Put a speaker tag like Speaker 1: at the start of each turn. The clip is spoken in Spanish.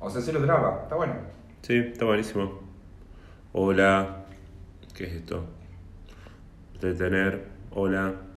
Speaker 1: O sea, cero traba, está bueno.
Speaker 2: Sí, está buenísimo. Hola. ¿Qué es esto? Detener. Hola.